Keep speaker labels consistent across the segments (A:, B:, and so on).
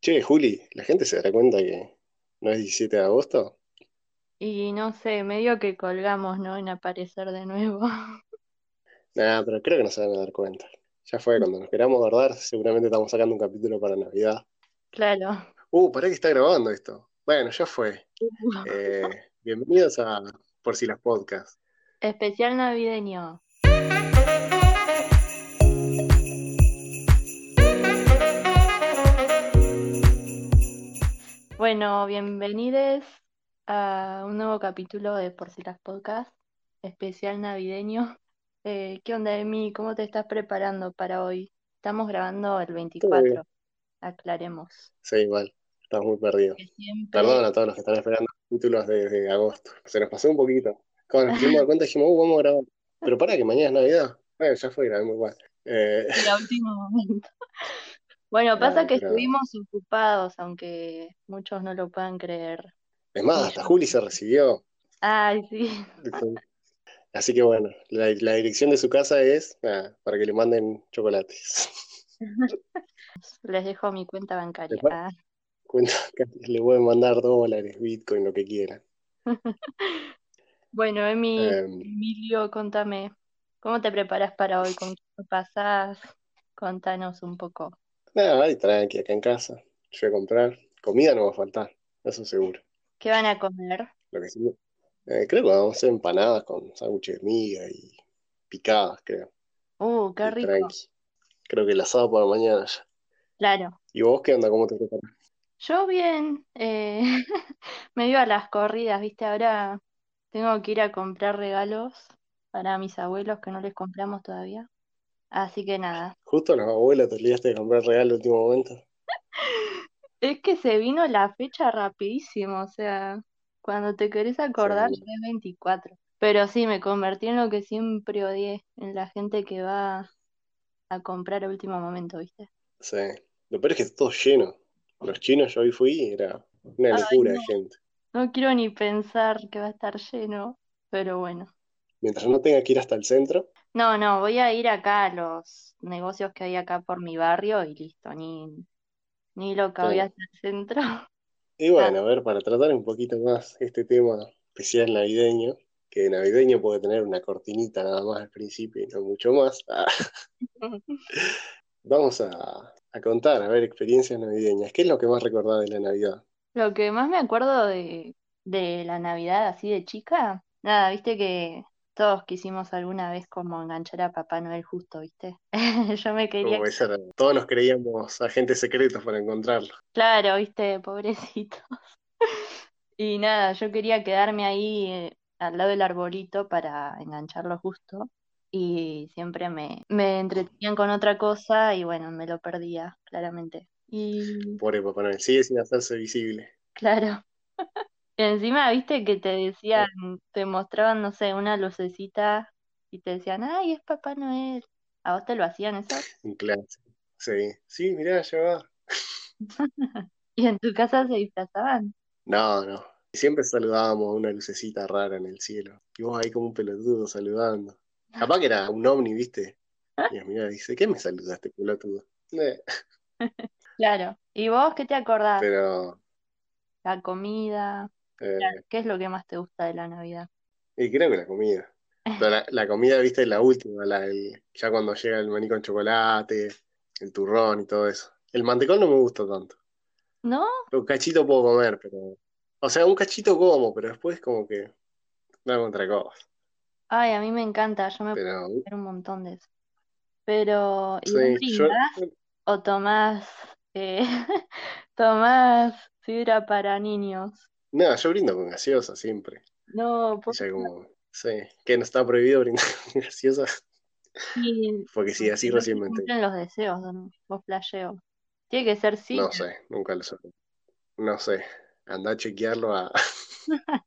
A: Che, Juli, ¿la gente se dará cuenta que no es 17 de agosto?
B: Y no sé, medio que colgamos, ¿no? En aparecer de nuevo.
A: Nada, pero creo que no se van a dar cuenta. Ya fue, cuando nos queramos guardar, seguramente estamos sacando un capítulo para Navidad.
B: Claro.
A: Uh, pará que está grabando esto. Bueno, ya fue. Eh, bienvenidos a Por si las podcasts.
B: Especial navideño. Bueno, bienvenidos a un nuevo capítulo de Por si las Podcast, especial navideño. Eh, ¿qué onda, Emi? ¿Cómo te estás preparando para hoy? Estamos grabando el
A: Todo bien.
B: 24, aclaremos.
A: Sí, igual, estamos muy perdidos.
B: Que siempre,
A: Perdón a todos los que están esperando capítulos desde agosto. Se nos pasó un poquito. Cuando nos dimos cuenta dijimos, uh, vamos a grabar. Pero pará, que mañana es Navidad. Bueno, ya fue, grabemos igual. Eh,
B: el último momento. Bueno, pasa
A: nada,
B: que
A: pero-
B: estuvimos ocupados, aunque muchos no lo puedan creer.
A: Es más, hasta Juli se recibió.
B: Ay, sí.
A: Así que bueno, la, la dirección de su casa es nada, para que le manden chocolates.
B: Les dejo mi cuenta bancaria.
A: Después-
B: Ah.
A: Cuenta que le pueden mandar dólares, Bitcoin, lo que quieran.
B: Bueno, Emi,
A: Eh,
B: Emilio, contame, ¿cómo te preparas para hoy? ¿Con qué pasás? Contanos un poco.
A: nada, y tranqui acá en casa. Yo voy a comprar. Comida no va a faltar, eso seguro.
B: ¿Qué van a comer?
A: Lo que sí, eh, creo que vamos a hacer empanadas con sándwiches de miga y picadas, creo.
B: Uh, qué
A: Y
B: rico.
A: tranqui. Creo que el asado para mañana ya.
B: Claro.
A: ¿Y vos qué onda? ¿Cómo te preparas?
B: Yo bien, eh, me dio a las corridas, ¿viste? Ahora tengo que ir a comprar regalos para mis abuelos que no les compramos todavía. Así que nada.
A: Justo a los abuelos te olvidaste de comprar regalo al último momento.
B: Es que se vino la fecha rapidísimo, o sea, cuando te querés acordar
A: Sí.
B: ya es 24. Pero sí, me convertí en lo que siempre odié, en la gente que va a comprar a último momento, ¿viste?
A: Sí, lo peor es que está todo lleno. Los chinos yo hoy fui y era una
B: Ay,
A: locura de
B: no,
A: gente.
B: no quiero ni pensar que va a estar lleno, pero bueno.
A: Mientras no tenga que ir hasta el centro,
B: No, no, voy a ir acá a los negocios que hay acá por mi barrio y listo, ni, ni loca voy
A: claro.
B: hasta el centro.
A: Y
B: Ah,
A: bueno, a ver, para tratar un poquito más este tema especial navideño, que de navideño puede tener una cortinita nada más al principio y no mucho más, ah, vamos a, a contar, a ver, experiencias navideñas. ¿Qué es lo que más recordás de la Navidad?
B: Lo que más me acuerdo de, de la Navidad así de chica, nada, viste que todos quisimos alguna vez como enganchar a Papá Noel justo, viste. Yo me quería,
A: Como esa era- todos nos creíamos agentes secretos para encontrarlo.
B: claro, viste, pobrecito. Y nada, yo quería quedarme ahí eh, al lado del arbolito para engancharlo justo. Y siempre me, me entretenían con otra cosa y bueno, me lo perdía, claramente. Y
A: Pobre Papá Noel, sigue sin hacerse visible.
B: claro. Encima, viste que te decían,
A: Eh,
B: te mostraban, no sé, una lucecita y te decían, ay, es Papá Noel. ¿A vos te lo hacían eso?
A: En clase. Sí, sí, mirá, ya va.
B: ¿Y en tu casa se disfrazaban?
A: No, no. Siempre saludábamos una lucecita rara en el cielo. Y vos ahí como un pelotudo saludando. Capaz que era un ovni, ¿viste? Y mira, dice, ¿qué me saludaste, pelotudo? Eh,
B: Claro. ¿Y vos qué te acordás?
A: pero,
B: La comida, Claro,
A: eh,
B: ¿qué es lo que más te gusta de la Navidad?
A: y creo que la comida. Pero la, la comida, ¿viste? La última, la, el- ya cuando llega el maní con chocolate, el turrón y todo eso. El mantecón no me gusta tanto.
B: ¿No?
A: Un cachito puedo comer, pero... O sea, un cachito como, pero después como que no hago otra cosa.
B: Ay, a mí me encanta, yo me puedo
A: Pero,
B: comer un montón de eso. Pero, ¿y vos
A: sí, yo...
B: brindás o tomás, eh, tomás sidra para niños?
A: No, yo brindo con gaseosa siempre.
B: No, por
A: Ella como, sí, que no está prohibido brindar con gaseosa,
B: Sí,
A: porque sí,
B: porque
A: así
B: no se
A: recién me enteré.
B: cumplen los deseos, don- vos flasheo. Tiene que ser
A: No
B: sidra.
A: sé, nunca lo supe. No sé, anda a chequearlo a...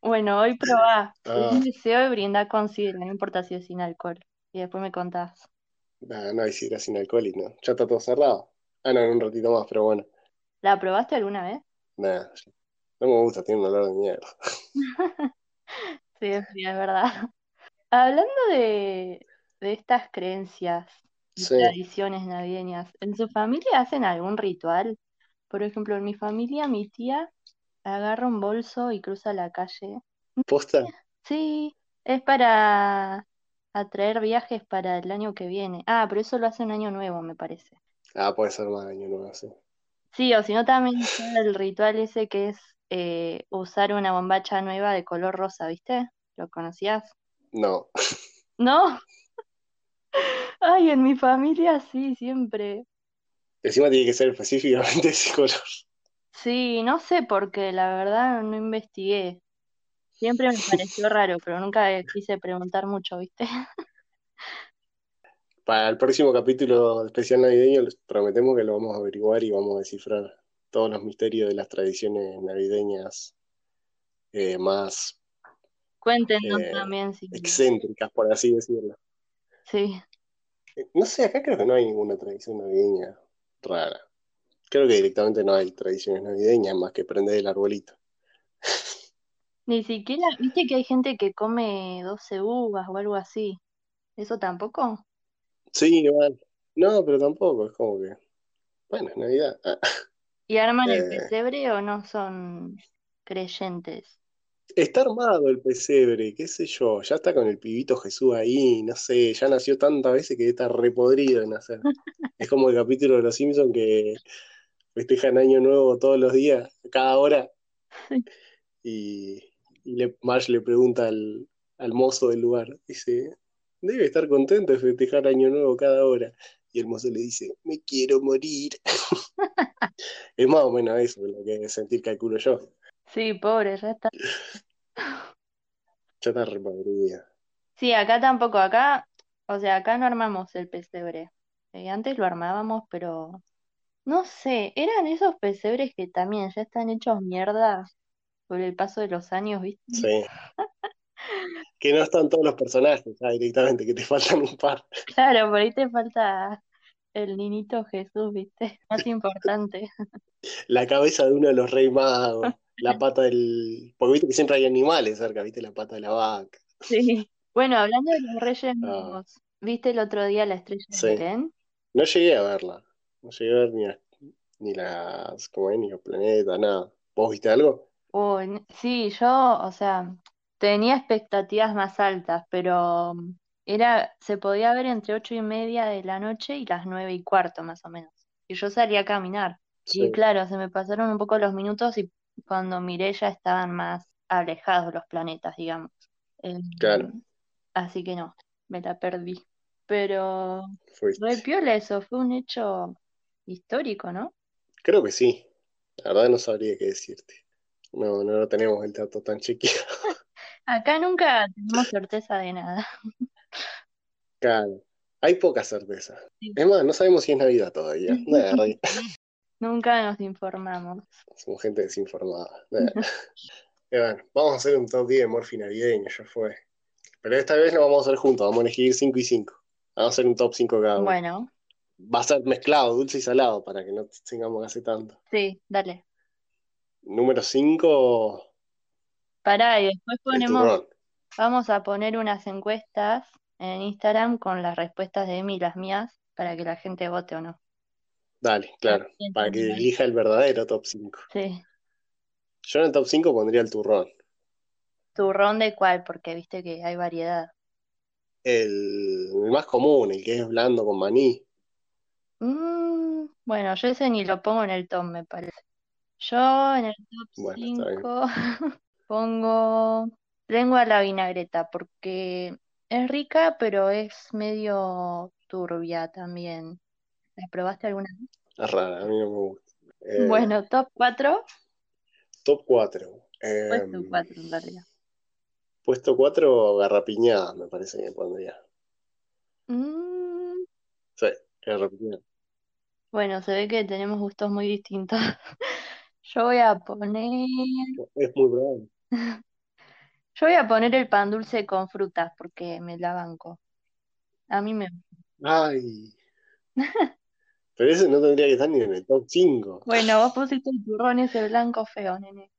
B: Bueno, hoy probá, pedí
A: Ah,
B: un deseo y brindá con sidra, no importa si es sin alcohol. Y después me contás.
A: no, no hay sidra sin alcohol y no. Ya está todo cerrado. Ah, no, en un ratito más, pero bueno.
B: ¿La probaste alguna vez?
A: Nada, no me gusta, tiene un olor de mierda.
B: Sí, sí, es verdad. Hablando de, de estas creencias, y
A: Sí.
B: tradiciones navideñas. ¿En su familia hacen algún ritual? Por ejemplo, en mi familia, mi tía agarra un bolso y cruza la calle.
A: Posta.
B: Sí, es para atraer viajes para el año que viene. Ah, pero eso lo hace en año nuevo, me parece.
A: Ah, puede ser más año nuevo, sí.
B: Sí, o si no, también está el ritual ese que es eh, usar una bombacha nueva de color rosa, ¿viste? ¿Lo conocías?
A: No.
B: No. Ay, en mi familia sí, siempre.
A: Encima tiene que ser específicamente ese color.
B: Sí, no sé porque la verdad no investigué. Siempre me pareció raro, pero nunca quise preguntar mucho, ¿viste?
A: Para el próximo capítulo especial navideño, les prometemos que lo vamos a averiguar y vamos a descifrar todos los misterios de las tradiciones navideñas eh, más
B: Cuéntenos
A: eh,
B: también si...
A: excéntricas, por así decirlo.
B: Sí,
A: Eh, No sé, acá creo que no hay ninguna tradición navideña rara. Creo que directamente no hay tradiciones navideñas más que prender el arbolito.
B: ni siquiera, ¿viste que hay gente que come 12 uvas o algo así? ¿Eso tampoco?
A: Sí, igual. No, pero tampoco, es como que. Bueno, es Navidad. Ah,
B: ¿Y arman el
A: eh,
B: pesebre o no son creyentes?
A: está armado el pesebre, qué sé yo. Ya está con el pibito Jesús ahí, no sé. Ya nació tantas veces que está repodrido en nacer. Es como el capítulo de Los Simpsons que festejan Año Nuevo todos los días, a cada hora.
B: Sí.
A: Y, y le, Marge le pregunta al, al mozo del lugar, dice, debe estar contento de festejar Año Nuevo cada hora. Y el mozo le dice, me quiero morir. Es más o menos eso lo que sentir, calculo yo.
B: Sí, pobre, ya está.
A: Ya está repadrida.
B: Sí, acá tampoco, acá, o sea, acá no armamos el pesebre. Eh, antes lo armábamos, pero no sé, eran esos pesebres que también ya están hechos mierda por el paso de los años, ¿viste?
A: Sí. Que no están todos los personajes, ya directamente, que te faltan un par.
B: Claro, por ahí te falta el niñito Jesús, ¿viste? Más importante.
A: La cabeza de uno de los rey magos, la pata del... Porque viste que siempre hay animales cerca, viste la pata de la vaca.
B: Sí. Bueno, hablando de los Reyes
A: Ah,
B: Magos, ¿viste el otro día la estrella de
A: sí.
B: Belén?
A: No llegué a verla. No llegué a ver ni, las- ni las... ¿Cómo es? Ni los planetas, nada. ¿Vos viste algo?
B: Oh, n- sí, yo, o sea, tenía expectativas más altas, pero mm, era, se podía ver entre ocho y media de la noche y las nueve y cuarto más o menos. Y yo salí a caminar. Y
A: Sí.
B: claro, se me pasaron un poco los minutos y cuando miré ya estaban más alejados los planetas, digamos. Eh,
A: Claro,
B: así que no, me la perdí. Pero re
A: fuiste.
B: piola eso, fue un hecho histórico, ¿no?
A: Creo que sí. La verdad no sabría qué decirte. No, no lo tenemos el dato tan chequeado.
B: Acá nunca tenemos certeza de nada.
A: Claro, hay poca certeza.
B: Sí.
A: Es más, no sabemos si es Navidad todavía. Nah, re-
B: Nunca nos informamos.
A: somos gente desinformada. Nah. Y bueno, vamos a hacer un top 10 de Morphy navideño, ya fue. Pero esta vez lo vamos a hacer juntos, vamos a elegir 5 y 5. Vamos a hacer un top 5 cada uno.
B: Bueno,
A: Va a ser mezclado, dulce y salado, para que no tengamos que hacer tanto.
B: sí, dale.
A: Número 5,
B: Pará, y después
A: el
B: ponemos,
A: turrón.
B: vamos a poner unas encuestas en Instagram con las respuestas de Emi y las mías para que la gente vote o no.
A: Dale,
B: A ver
A: claro,
B: quién
A: para que
B: termina.
A: elija el verdadero top 5.
B: Sí.
A: Yo en el top 5 pondría el turrón.
B: ¿Turrón de cuál? Porque viste que hay variedad.
A: El, el más común, el que es blando con maní.
B: Mm, bueno, yo ese ni lo pongo en el top, me parece. Yo en el top
A: Bueno, está bien.
B: 5 pongo lengua a la vinagreta porque es rica, pero es medio turbia también. ¿La probaste alguna vez?
A: Es rara, a mí no me gusta. Eh,
B: Bueno, top 4,
A: top 4. em,
B: puesto 4 en realidad.
A: puesto 4, garrapiñada, me parece que pondría.
B: Mm,
A: Sí, garrapiñada.
B: bueno, se ve que tenemos gustos muy distintos. Yo voy a poner,
A: Es muy probable.
B: yo voy a poner el pan dulce con frutas porque me la banco. A mí me...
A: Ay, pero ese no tendría que estar ni en el top 5.
B: Bueno, vos pusiste el turrón ese blanco feo, nene.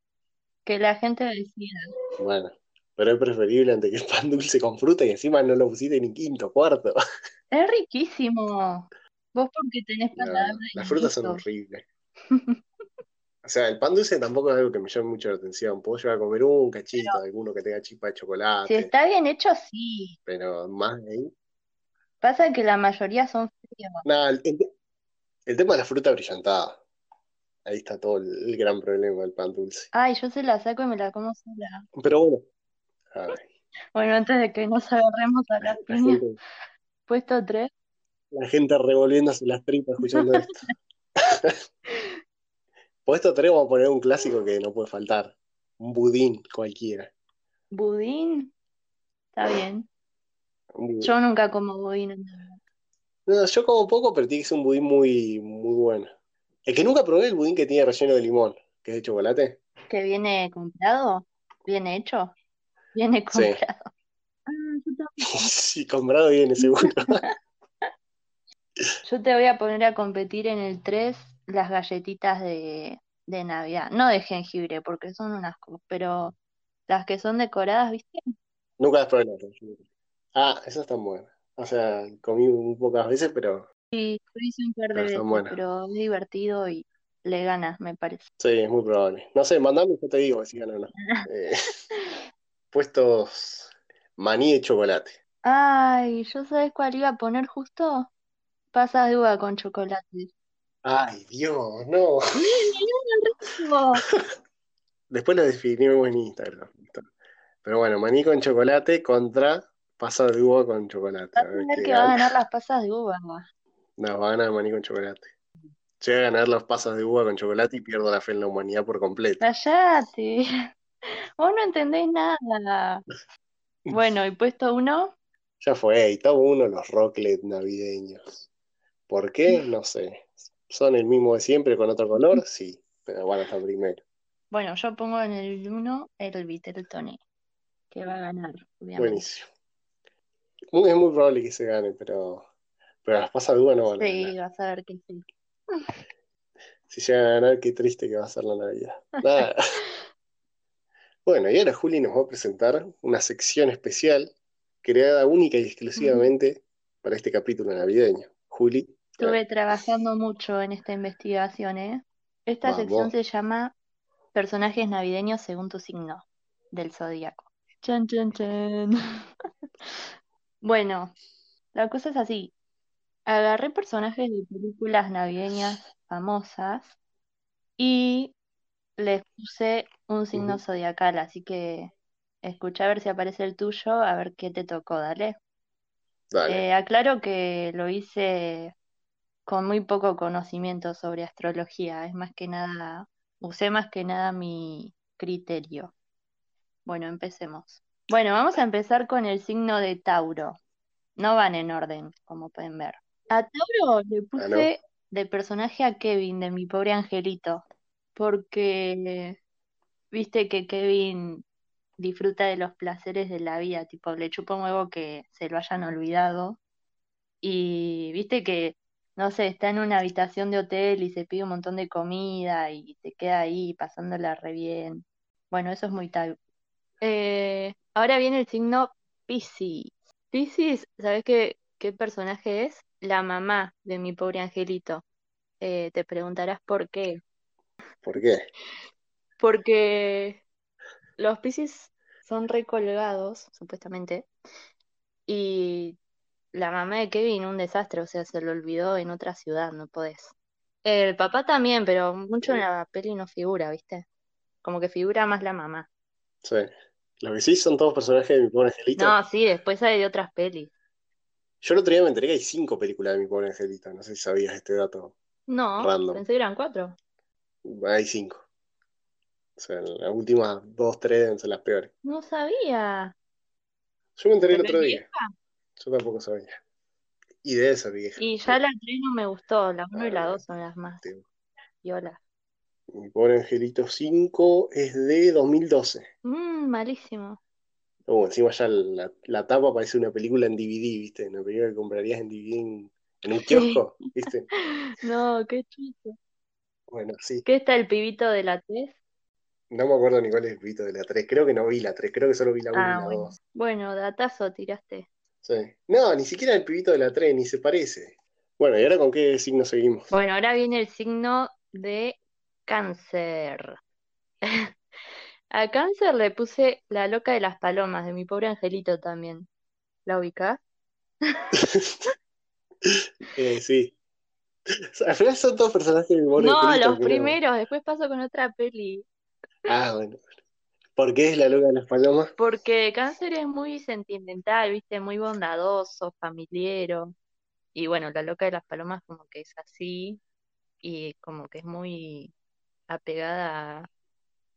B: Que la gente decida.
A: Bueno. Pero es preferible antes que el pan dulce con fruta y encima no lo pusiste ni quinto, cuarto.
B: Es riquísimo. Vos porque tenés
A: No,
B: paladar de
A: las frutas son
B: niñito.
A: horribles. O sea, el pan dulce tampoco es algo que me llame mucho la atención. Puedo llegar a comer un cachito, alguno que tenga chispa de
B: Si
A: chocolate,
B: está bien hecho, sí.
A: pero más de ahí.
B: Pasa que la mayoría son fríos.
A: Nada, el, el- el tema de la fruta brillantada. Ahí está todo el, el gran problema del pan dulce.
B: Ay, yo se la saco y me la como sola.
A: Pero bueno, ay,
B: Bueno, antes de que nos agarremos a las
A: la
B: piñas,
A: gente,
B: puesto tres.
A: la gente revolviéndose las tripas escuchando esto. Por esto tres vamos a poner un clásico que no puede faltar. Un budín cualquiera.
B: Budín, está bien.
A: Un budín.
B: Yo nunca como budín. en la vida.
A: No, yo como poco, pero tiene que ser un budín muy, muy bueno. El que nunca probé es el budín que tiene relleno de limón, que es de chocolate.
B: ¿Que viene comprado? ¿Bien hecho? Viene
A: Sí.
B: comprado. Ah, yo también.
A: Sí, comprado viene seguro.
B: Yo te voy a poner a competir en el 3 las galletitas de, de Navidad. No de jengibre, porque son unas, co- pero las que son decoradas, ¿viste?
A: Nunca las probé. las rellenas. Ah, esas están buenas. O sea, comí un pocas veces, pero
B: Sí, lo hice un par de
A: Pero están
B: veces,
A: buenas.
B: pero es divertido y le ganas, me parece.
A: sí, es muy probable. No sé, mandame y yo te digo si ganan o no. Eh, puestos maní de chocolate.
B: Ay, ¿yo sabes cuál iba a poner justo? Pasas de uva con chocolate.
A: Ay, Dios, no.
B: Oh,
A: Después lo definimos en Instagram. Pero bueno, maní con chocolate contra pasas de uva con chocolate.
B: vas
A: A
B: a
A: ver
B: ver
A: qué
B: que va a
A: gana.
B: ganar las pasas de uva.
A: No, va a ganar el maní con chocolate. Llega a ganar las pasas de uva con chocolate y pierdo la fe en la humanidad por completo.
B: Callate. Vos no entendés nada. Bueno, y puesto uno,
A: Ya fue, y todo uno los rocklets navideños. ¿Por qué?
B: Mm.
A: No sé. ¿Son el mismo de siempre con otro color? Sí, pero van hasta primero.
B: bueno, yo pongo en el uno el Viteltoné, que va a ganar, obviamente.
A: Buenísimo. Muy- Es muy probable que se gane, pero, pero las pasas de uva no van a
B: Sí,
A: ganar.
B: vas a ver que sí.
A: Si llegan a ganar, qué triste que va a ser la Navidad. Nada. Bueno, y ahora Juli nos va a presentar una sección especial creada única y exclusivamente
B: Mm.
A: para este capítulo navideño. Juli,
B: Estuve trabajando mucho en esta investigación, ¿eh? Esta
A: Vamos.
B: sección se llama Personajes navideños según tu signo del zodíaco. Chan, chan, chan. Bueno, la cosa es así. Agarré personajes de películas navideñas famosas y les puse un signo
A: Ujú.
B: zodiacal, así que escucha a ver si aparece el tuyo, a ver qué te tocó, dale.
A: dale.
B: Eh, aclaro que lo hice con muy poco conocimiento sobre astrología, es más que nada, usé más que nada mi criterio. Bueno, empecemos. Bueno, vamos a empezar con el signo de Tauro. No van en orden, como pueden ver. A Tauro le
A: Ah,
B: puse
A: ¿no?
B: de personaje a Kevin, de mi pobre angelito, porque viste que Kevin disfruta de los placeres de la vida, tipo, le chupa un huevo que se lo hayan olvidado. Y viste que, no sé, está en una habitación de hotel y se pide un montón de comida y se queda ahí pasándola re bien. Bueno, eso es muy tal. Eh, ahora viene el signo Piscis. Piscis, ¿sabés qué, qué personaje es? La mamá de mi pobre angelito. Eh, te preguntarás por qué.
A: ¿Por qué?
B: Porque los Piscis son recolgados, supuestamente, y la mamá de Kevin un desastre, o sea, se lo olvidó en otra ciudad, no podés. El papá también, pero mucho en la peli no figura, ¿viste? Como que figura más la mamá.
A: Sí. Los que sí son todos personajes de Mi Pobre Angelito.
B: No, sí, después hay de otras pelis.
A: Yo el otro día me enteré que hay cinco películas de Mi Pobre Angelito. No sé si sabías este dato
B: No,
A: random.
B: pensé que eran cuatro.
A: Hay cinco. O sea, las últimas dos, tres deben ser las peores.
B: No sabía.
A: Yo me enteré el
B: Pero
A: otro
B: es
A: día.
B: vieja.
A: Yo tampoco sabía. Y de esa vieja.
B: Y ya la tres no me gustó, la uno y la
A: Ah,
B: dos son las más
A: te-
B: violas.
A: Mi Pobre Angelito 5 es de 2012.
B: Mmm, malísimo.
A: Uh, encima ya la, la tapa parece una película en DVD, ¿viste? Una película que comprarías en DVD en, en un kiosco, ¿viste?
B: No, qué chiste.
A: Bueno, sí.
B: ¿Qué está el pibito de la tres?
A: No me acuerdo ni cuál es el pibito de la 3. Creo que no vi la 3, creo que solo vi la 1 y
B: Ah,
A: la
B: bueno.
A: 2.
B: Bueno, datazo tiraste.
A: Sí. No, ni siquiera el pibito de la 3, ni se parece. Bueno, ¿y ahora con qué signo seguimos?
B: Bueno, ahora viene el signo de cáncer. A cáncer le puse la loca de las palomas, de mi pobre angelito también. ¿La ubicás?
A: Eh, sí. O sea, Al final son todos personajes de mi pobre
B: No,
A: angelito,
B: los
A: pero-
B: primeros, después paso con otra peli.
A: Ah, bueno. ¿Por qué es la loca de las palomas?
B: Porque cáncer es muy sentimental, viste, muy bondadoso, familiero. Y bueno, la loca de las palomas como que es así y como que es muy apegada a,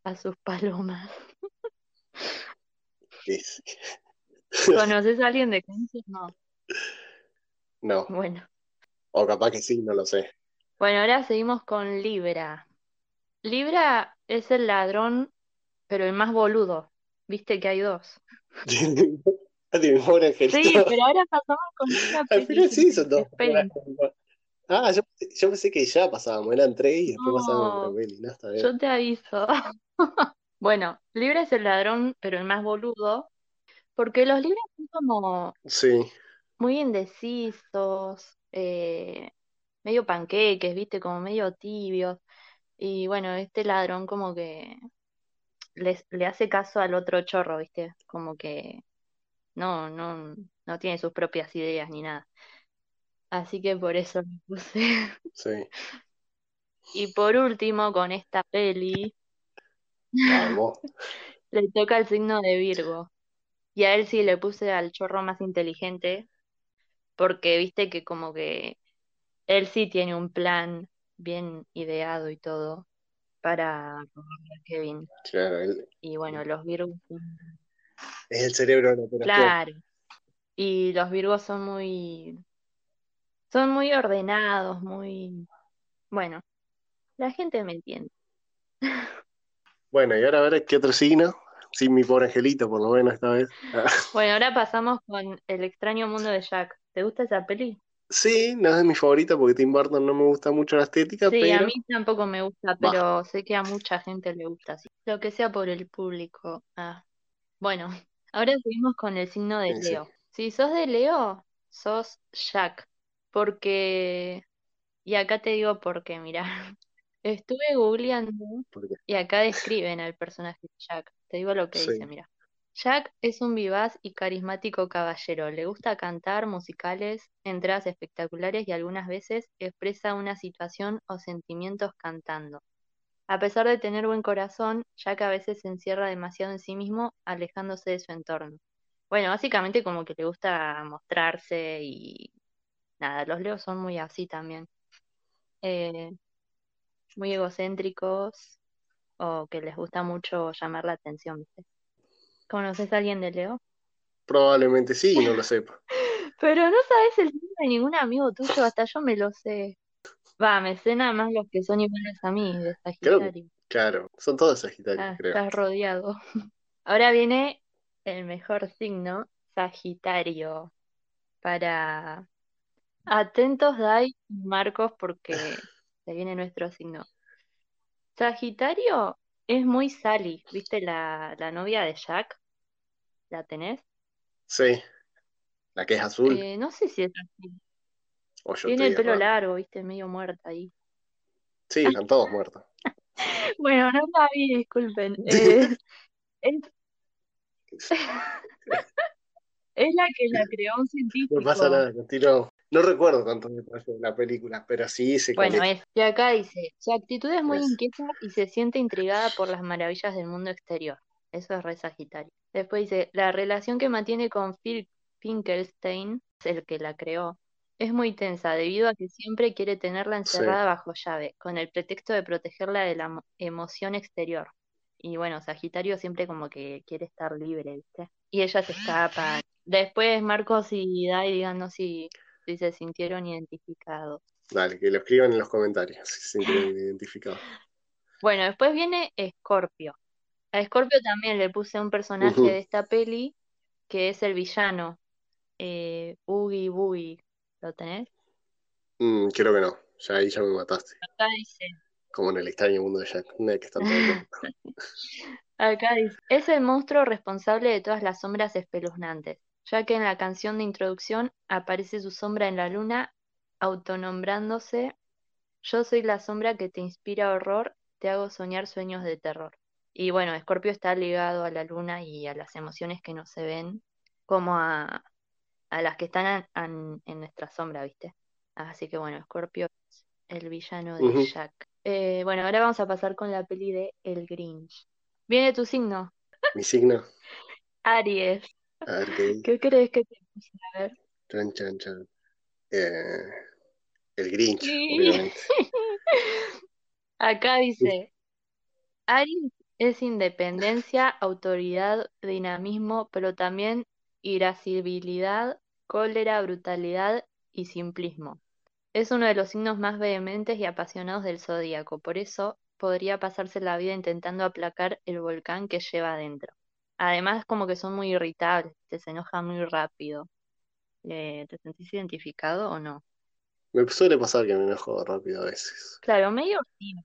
B: a sus palomas.
A: Es-
B: ¿Conoces a alguien de cáncer? No.
A: No,
B: Bueno.
A: o capaz que sí, no lo sé.
B: Bueno, ahora seguimos con Libra. Libra es el ladrón, pero el más boludo. Viste que hay dos.
A: De mi pobre angelito.
B: Sí, pero ahora pasamos con otra
A: Al
B: peli.
A: final sí son dos
B: Esperen.
A: personajes. Ah, yo, yo pensé que ya pasábamos, eran tres y después pasábamos a otra
B: No,
A: peli, no, está bien.
B: yo te aviso. Bueno, Libra es el ladrón, pero el más boludo, porque los Libras son como
A: Sí,
B: muy indecisos, eh, medio panqueques, viste, como medio tibios. Y bueno, este ladrón como que les- le hace caso al otro chorro, ¿viste? Como que no, no, no tiene sus propias ideas ni nada. Así que por eso lo puse.
A: sí.
B: Y por último, con esta peli,
A: Vamos.
B: le toca el signo de Virgo. Y a él sí le puse al chorro más inteligente, porque viste que como que él sí tiene un plan bien ideado y todo para robarle a Kevin.
A: Claro, él
B: Y bueno, los Virgos son-
A: es el cerebro de la operación.
B: Claro. Y los Virgos son muy, son muy ordenados, muy, bueno, la gente me entiende.
A: Bueno, y ahora a ver qué otro signo. Sí, mi pobre angelito, por lo menos esta vez. Ah,
B: Bueno, ahora pasamos con El extraño mundo de Jack. ¿Te gusta esa peli?
A: Sí, no es mi favorita porque Tim Burton no me gusta mucho la estética,
B: Sí, a mí
A: pero
B: tampoco me gusta,
A: va.
B: pero sé que a mucha gente le gusta, así. Lo que sea por el público. Ah. Bueno, ahora seguimos con el signo de
A: Sí, sí.
B: Leo. Si sos de Leo, sos Jack, porque Y acá te digo por qué, mira. Estuve googleando
A: ¿Por qué?
B: y acá describen al personaje de Jack. Te digo lo que dice,
A: Sí.
B: mira. Jack es un vivaz y carismático caballero. Le gusta cantar musicales, entradas espectaculares y algunas veces expresa una situación o sentimientos cantando. A pesar de tener buen corazón, Jack a veces se encierra demasiado en sí mismo, alejándose de su entorno. Bueno, básicamente como que le gusta mostrarse y nada, los leos son muy así también. Eh, muy egocéntricos o que les gusta mucho llamar la atención, ¿viste? ¿Conoces a alguien de Leo?
A: Probablemente sí, no lo sepa.
B: Pero no sabes el nombre de ningún amigo tuyo, hasta yo me lo sé. Va, me sé nada más los que son iguales a mí, de
A: Creo que,
B: Sagitario.
A: claro, son todos Sagitarios,
B: Ah,
A: creo.
B: estás rodeado. Ahora viene el mejor signo, Sagitario, para atentos Dai y Marcos porque se viene nuestro signo. Sagitario es muy Sally, ¿viste la, la novia de Jack? ¿La tenés?
A: Sí, la que es azul,
B: Eh, no sé si es así.
A: o yo estoy
B: Tiene el pelo
A: errado.
B: largo, viste, medio muerta ahí.
A: Sí, están todos muertos.
B: Bueno, no la vi, disculpen. Eh, es, es la que la creó un
A: No pasa
B: científico.
A: nada, continuamos. No recuerdo tantos detalles de la película, pero sí sé cuál
B: Bueno,
A: es.
B: es. Y acá dice, su actitud es muy
A: Es.
B: inquieta y se siente intrigada por las maravillas del mundo exterior. Eso es re Sagitario. Después dice, la relación que mantiene con Phil Finkelstein, es el que la creó, es muy tensa debido a que siempre quiere tenerla
A: Sí,
B: encerrada bajo llave, con el pretexto de protegerla de la mo- emoción exterior. Y bueno, Sagitario siempre como que quiere estar libre, ¿viste? Y ella se escapa. Después Marcos y Dai díganos si, si se sintieron identificados.
A: dale, que lo escriban en los comentarios si se sintieron identificados.
B: Bueno, después viene Escorpio. A Escorpio también le puse un personaje
A: Ujú.
B: de esta peli que es el villano, eh, Oogie Boogie. ¿Lo tenés?
A: Mm, creo que no, ya ahí ya me mataste.
B: Acá dice.
A: Como en el extraño mundo de Jack. No hay que estar todo loco.
B: Acá dice, es el monstruo responsable de todas las sombras espeluznantes, ya que en la canción de introducción aparece su sombra en la luna, autonombrándose, yo soy la sombra que te inspira horror, te hago soñar sueños de terror. Y bueno, Scorpio está ligado a la luna y a las emociones que no se ven, como a, a las que están an- an- en nuestra sombra, ¿viste? Así que bueno, Scorpio es el villano de
A: Ujú.
B: Jack. Eh, bueno, ahora vamos a pasar con la peli de El Grinch. Viene tu signo,
A: Mi signo.
B: Aries.
A: A ver qué dice.
B: ¿Qué crees que te puse? A ver.
A: Chan, chan, chan. Eh, el Grinch,
B: Sí.
A: obviamente.
B: Acá dice, Aries es independencia, autoridad, dinamismo, pero también irascibilidad, cólera, brutalidad y simplismo. Es uno de los signos más vehementes y apasionados del zodíaco, por eso podría pasarse la vida intentando aplacar el volcán que lleva adentro. Además, como que son muy irritables, te se enojan muy rápido. Eh, ¿te sentís identificado o no?
A: Me suele pasar que me enojo rápido a veces.
B: Claro, medio hostil.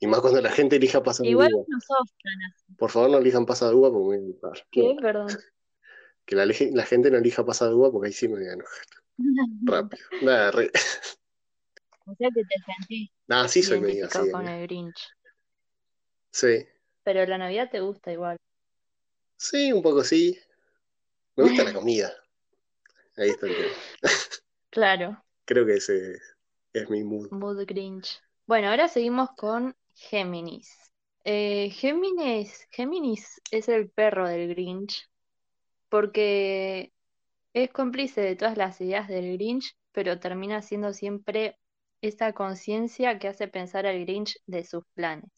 A: Y más cuando la gente elija pasar de
B: Igual
A: uva.
B: no sos tan así.
A: Por favor, no elijan pasar de uva porque me voy a enojar.
B: ¿Qué?
A: No,
B: Perdón.
A: que la, elige- la gente no elija pasar de uva porque ahí sí me voy a enojar.
B: Mm.
A: Rápido. Nada, re-
B: O sea que te sentís
A: Nada, sí soy medio así.
B: identificado con
A: eh.
B: el Grinch.
A: Sí.
B: Pero la Navidad te gusta igual.
A: Sí, un poco sí. Me gusta la comida. Ahí está el tema.
B: Claro,
A: Creo que ese es mi mood.
B: mood Grinch. Bueno, ahora seguimos con Géminis. Eh, Géminis, Géminis es el perro del Grinch porque es cómplice de todas las ideas del Grinch, pero termina siendo siempre esa conciencia que hace pensar al Grinch de sus planes.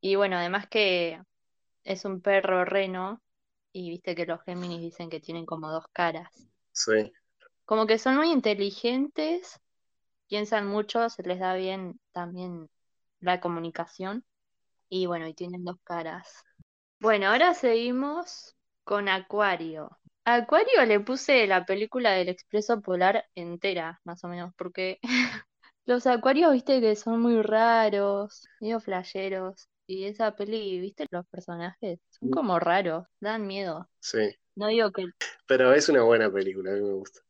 B: Y bueno, además que es un perro reno y viste que los Géminis dicen que tienen como dos caras.
A: Sí.
B: Como que son muy inteligentes, piensan mucho, se les da bien también la comunicación y bueno, y tienen dos caras. Bueno, ahora seguimos con Acuario. A Acuario le puse la película del Expreso Polar entera, más o menos, porque los acuarios, viste, que son muy raros, medio flasheros. Y esa peli, viste, los personajes son como raros, dan miedo.
A: Sí.
B: No digo que...
A: Pero es una buena película, a mí me gusta.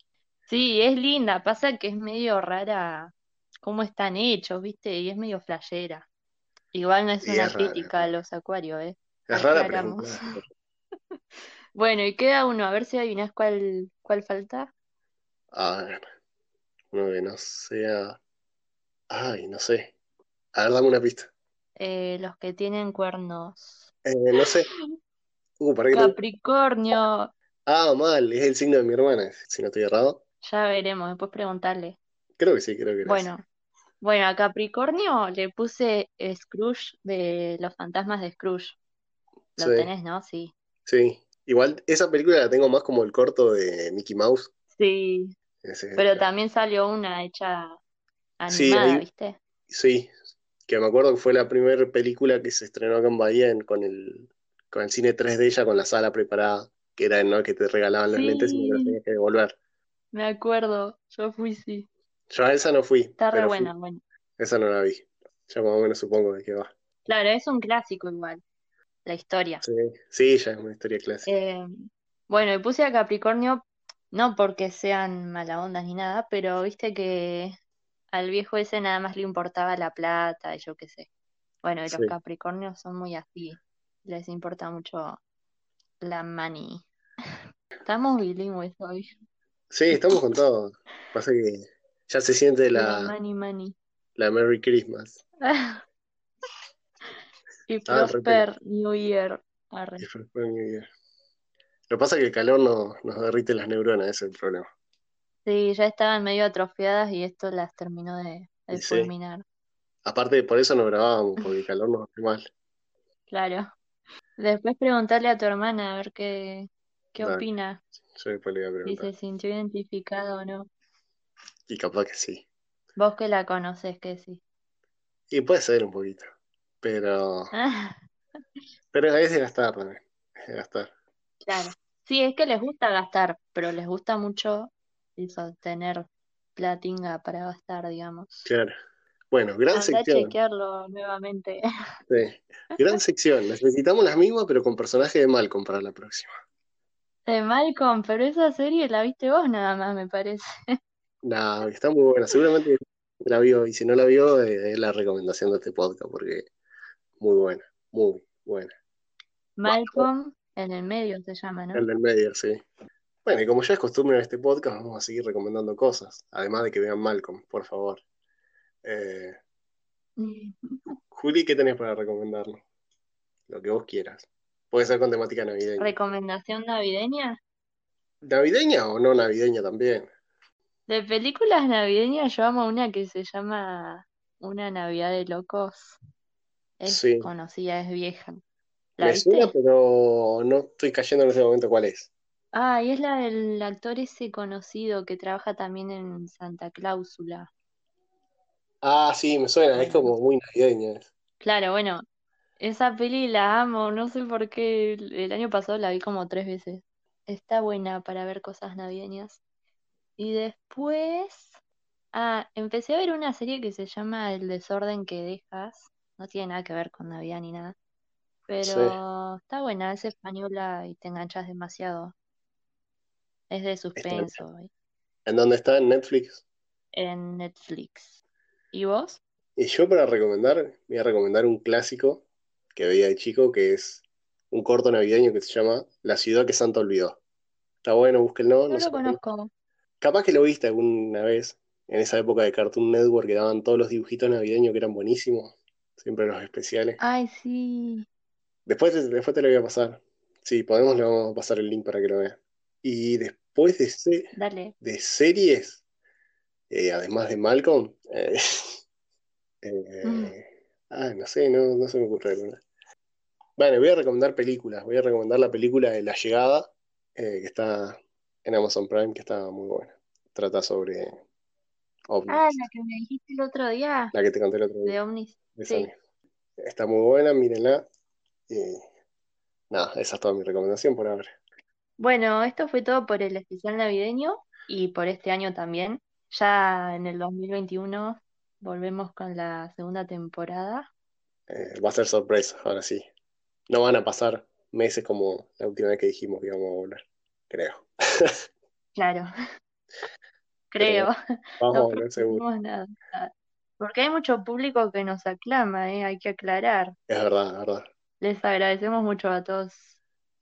B: Sí, es linda, pasa que es medio rara cómo están hechos, viste, y es medio flashera. Igual no es
A: Y
B: una
A: es rara, es
B: crítica a
A: rara.
B: los acuarios, ¿eh?
A: Es rara, pero es muy
B: Aclaramos.
A: buena.
B: Bueno, y queda uno, a ver si adivinás cuál, cuál falta.
A: A ver, uno Ah, que no sea. Ay, no sé. A ver, dame una pista.
B: Eh, los que tienen cuernos.
A: Eh, no sé. Uh, ¿para qué tengo?
B: Capricornio.
A: Ah, mal, es el signo de mi hermana, si no estoy errado.
B: Ya veremos, después preguntarle.
A: Creo que sí, creo que era ese.
B: Bueno, bueno, a Capricornio le puse Scrooge de los fantasmas de Scrooge. Lo
A: Sí,
B: tenés, ¿no? Sí.
A: sí. Igual esa película la tengo más como el corto de Mickey Mouse.
B: Sí.
A: Ese-
B: Pero también salió una hecha
A: Sí,
B: animada,
A: ahí,
B: ¿viste?
A: sí. Que me acuerdo que fue la primera película que se estrenó acá en Bahía en- con el, con el cine 3D ya con la sala preparada, que era no que te regalaban los lentes y no te los
B: Sí,
A: tenías que devolver.
B: me acuerdo. Yo fui, sí.
A: Yo a esa no fui,
B: Está re
A: pero fui.
B: buena, bueno.
A: Esa no la vi. Ya más o menos supongo de qué va.
B: Claro, es un clásico igual, la historia.
A: Sí, sí, ya es una historia clásica.
B: Eh, bueno, y puse a Capricornio, no porque sean mala onda ni nada, pero viste que al viejo ese nada más le importaba la plata, y yo qué sé. Bueno, y los
A: Sí.
B: Capricornios son muy así, les importa mucho la money. Estamos bilingües hoy.
A: Sí, estamos con todo. Pasa que ya se siente
B: Puro
A: la,
B: money, money.
A: la Merry Christmas.
B: Y
A: Estaban Ah, re pelo.
B: Prosper New Year. Arre.
A: Y fue- fue mi día. Lo que pasa es que el calor no, nos derrite las neuronas, ese es el problema.
B: Sí, ya estaban medio atrofiadas y esto las terminó de,
A: Y
B: de
A: sí.
B: fulminar.
A: Aparte, por eso no grabábamos, porque el calor nos hace mal.
B: Claro. Después preguntarle a tu hermana a ver qué, qué
A: Dale,
B: opina,
A: yo después le voy a
B: si se
A: preguntar.
B: sintió identificado o no.
A: Y capaz que sí.
B: Vos que la conocés, que sí.
A: Y puede ser un poquito. Pero,
B: Ah,
A: pero es de gastar también. Es de gastar.
B: Claro. Sí, es que les gusta gastar, pero les gusta mucho eso, tener platinga para gastar, digamos.
A: Claro. Bueno, gran
B: Andá a
A: sección.
B: chequearlo nuevamente.
A: sí. Gran sección. Necesitamos las mismas, pero con personaje de Malcolm para la próxima.
B: De Eh, Malcolm, pero esa serie la viste vos nada más, me parece.
A: Nah, está muy buena. Seguramente la vio. Y si no la vio, eh, es la recomendación de este podcast, porque muy buena. Muy buena.
B: Malcolm en el medio se llama, ¿no?
A: El del medio, sí. Bueno, y como ya es costumbre en este podcast, vamos a seguir recomendando cosas. Además de que vean Malcolm, por favor. Eh,
B: Mm.
A: Juli, ¿qué tenés para recomendarnos? Lo que vos quieras. Puede ser con temática navideña.
B: ¿Recomendación navideña?
A: ¿Navideña o no navideña también?
B: De películas navideñas yo amo una que se llama Una Navidad de Locos. Es
A: Sí.
B: conocida, es vieja. ¿La
A: Me
B: viste?
A: suena, pero no estoy cayendo en ese momento cuál es.
B: Ah, y es la del actor ese conocido que trabaja también en Santa Cláusula.
A: Ah, sí, me suena, es como muy navideña.
B: Claro, bueno, esa peli la amo, no sé por qué. El el año pasado la vi como tres veces. Está buena para ver cosas navideñas. Y después, ah, empecé a ver una serie que se llama El desorden que dejas. No tiene nada que ver con Navidad ni nada. Pero está buena, es española y te enganchas demasiado. Es de suspenso ¿eh?
A: ¿En dónde está? ¿En Netflix?
B: en Netflix. ¿Y vos?
A: Y yo para recomendar, voy a recomendar un clásico que veía de chico, que es un corto navideño que se llama La ciudad que Santa olvidó. Está bueno, búsquenlo.
B: No
A: sé
B: lo
A: por qué.
B: conozco.
A: Capaz que lo viste alguna vez, en esa época de Cartoon Network que daban todos los dibujitos navideños que eran buenísimos, siempre los especiales.
B: Ay, sí.
A: Después, te- después te lo voy a pasar. Si podemos, le vamos a pasar el link para que lo vean. Y después de, se-
B: Dale.
A: de series, eh, además de Malcolm, eh, eh,
B: Mm.
A: ah, no sé, no, no se me ocurre alguna. Bueno, voy a recomendar películas. Voy a recomendar la película de La Llegada, eh, que está en Amazon Prime, que está muy buena. Trata sobre ovnis,
B: Ah, la que me dijiste el otro día
A: la que te conté el otro día.
B: de Omnis.
A: Esa
B: Sí.
A: misma. Está muy buena, mírenla. Y nada, esa es toda mi recomendación por ahora.
B: Bueno, esto fue todo por el especial navideño y por este año también. Ya en el 2021 volvemos con la segunda temporada.
A: Eh, va a ser sorpresa, ahora sí. No van a pasar meses como la última vez que dijimos que íbamos a volver, creo.
B: Claro, creo.
A: Vamos a
B: No
A: volver seguro.
B: prometimos nada. Porque hay mucho público que nos aclama, ¿eh? Hay que aclarar.
A: Es verdad, es verdad.
B: Les agradecemos mucho a todos,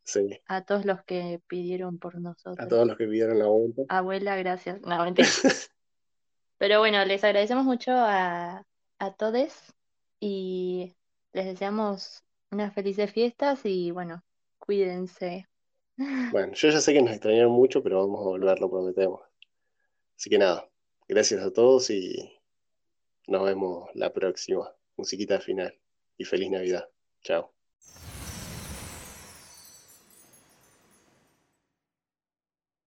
A: Sí.
B: a todos los que pidieron por
A: A
B: nosotros.
A: todos los que pidieron la vuelta.
B: Abuela, gracias. No, mentira. Pero bueno, les agradecemos mucho a, a todos y les deseamos unas felices fiestas y bueno, cuídense.
A: Bueno, yo ya sé que nos extrañaron mucho, pero vamos a volver, lo prometemos. Así que nada, gracias a todos y nos vemos la próxima. Musiquita final. Y feliz Navidad. Chao.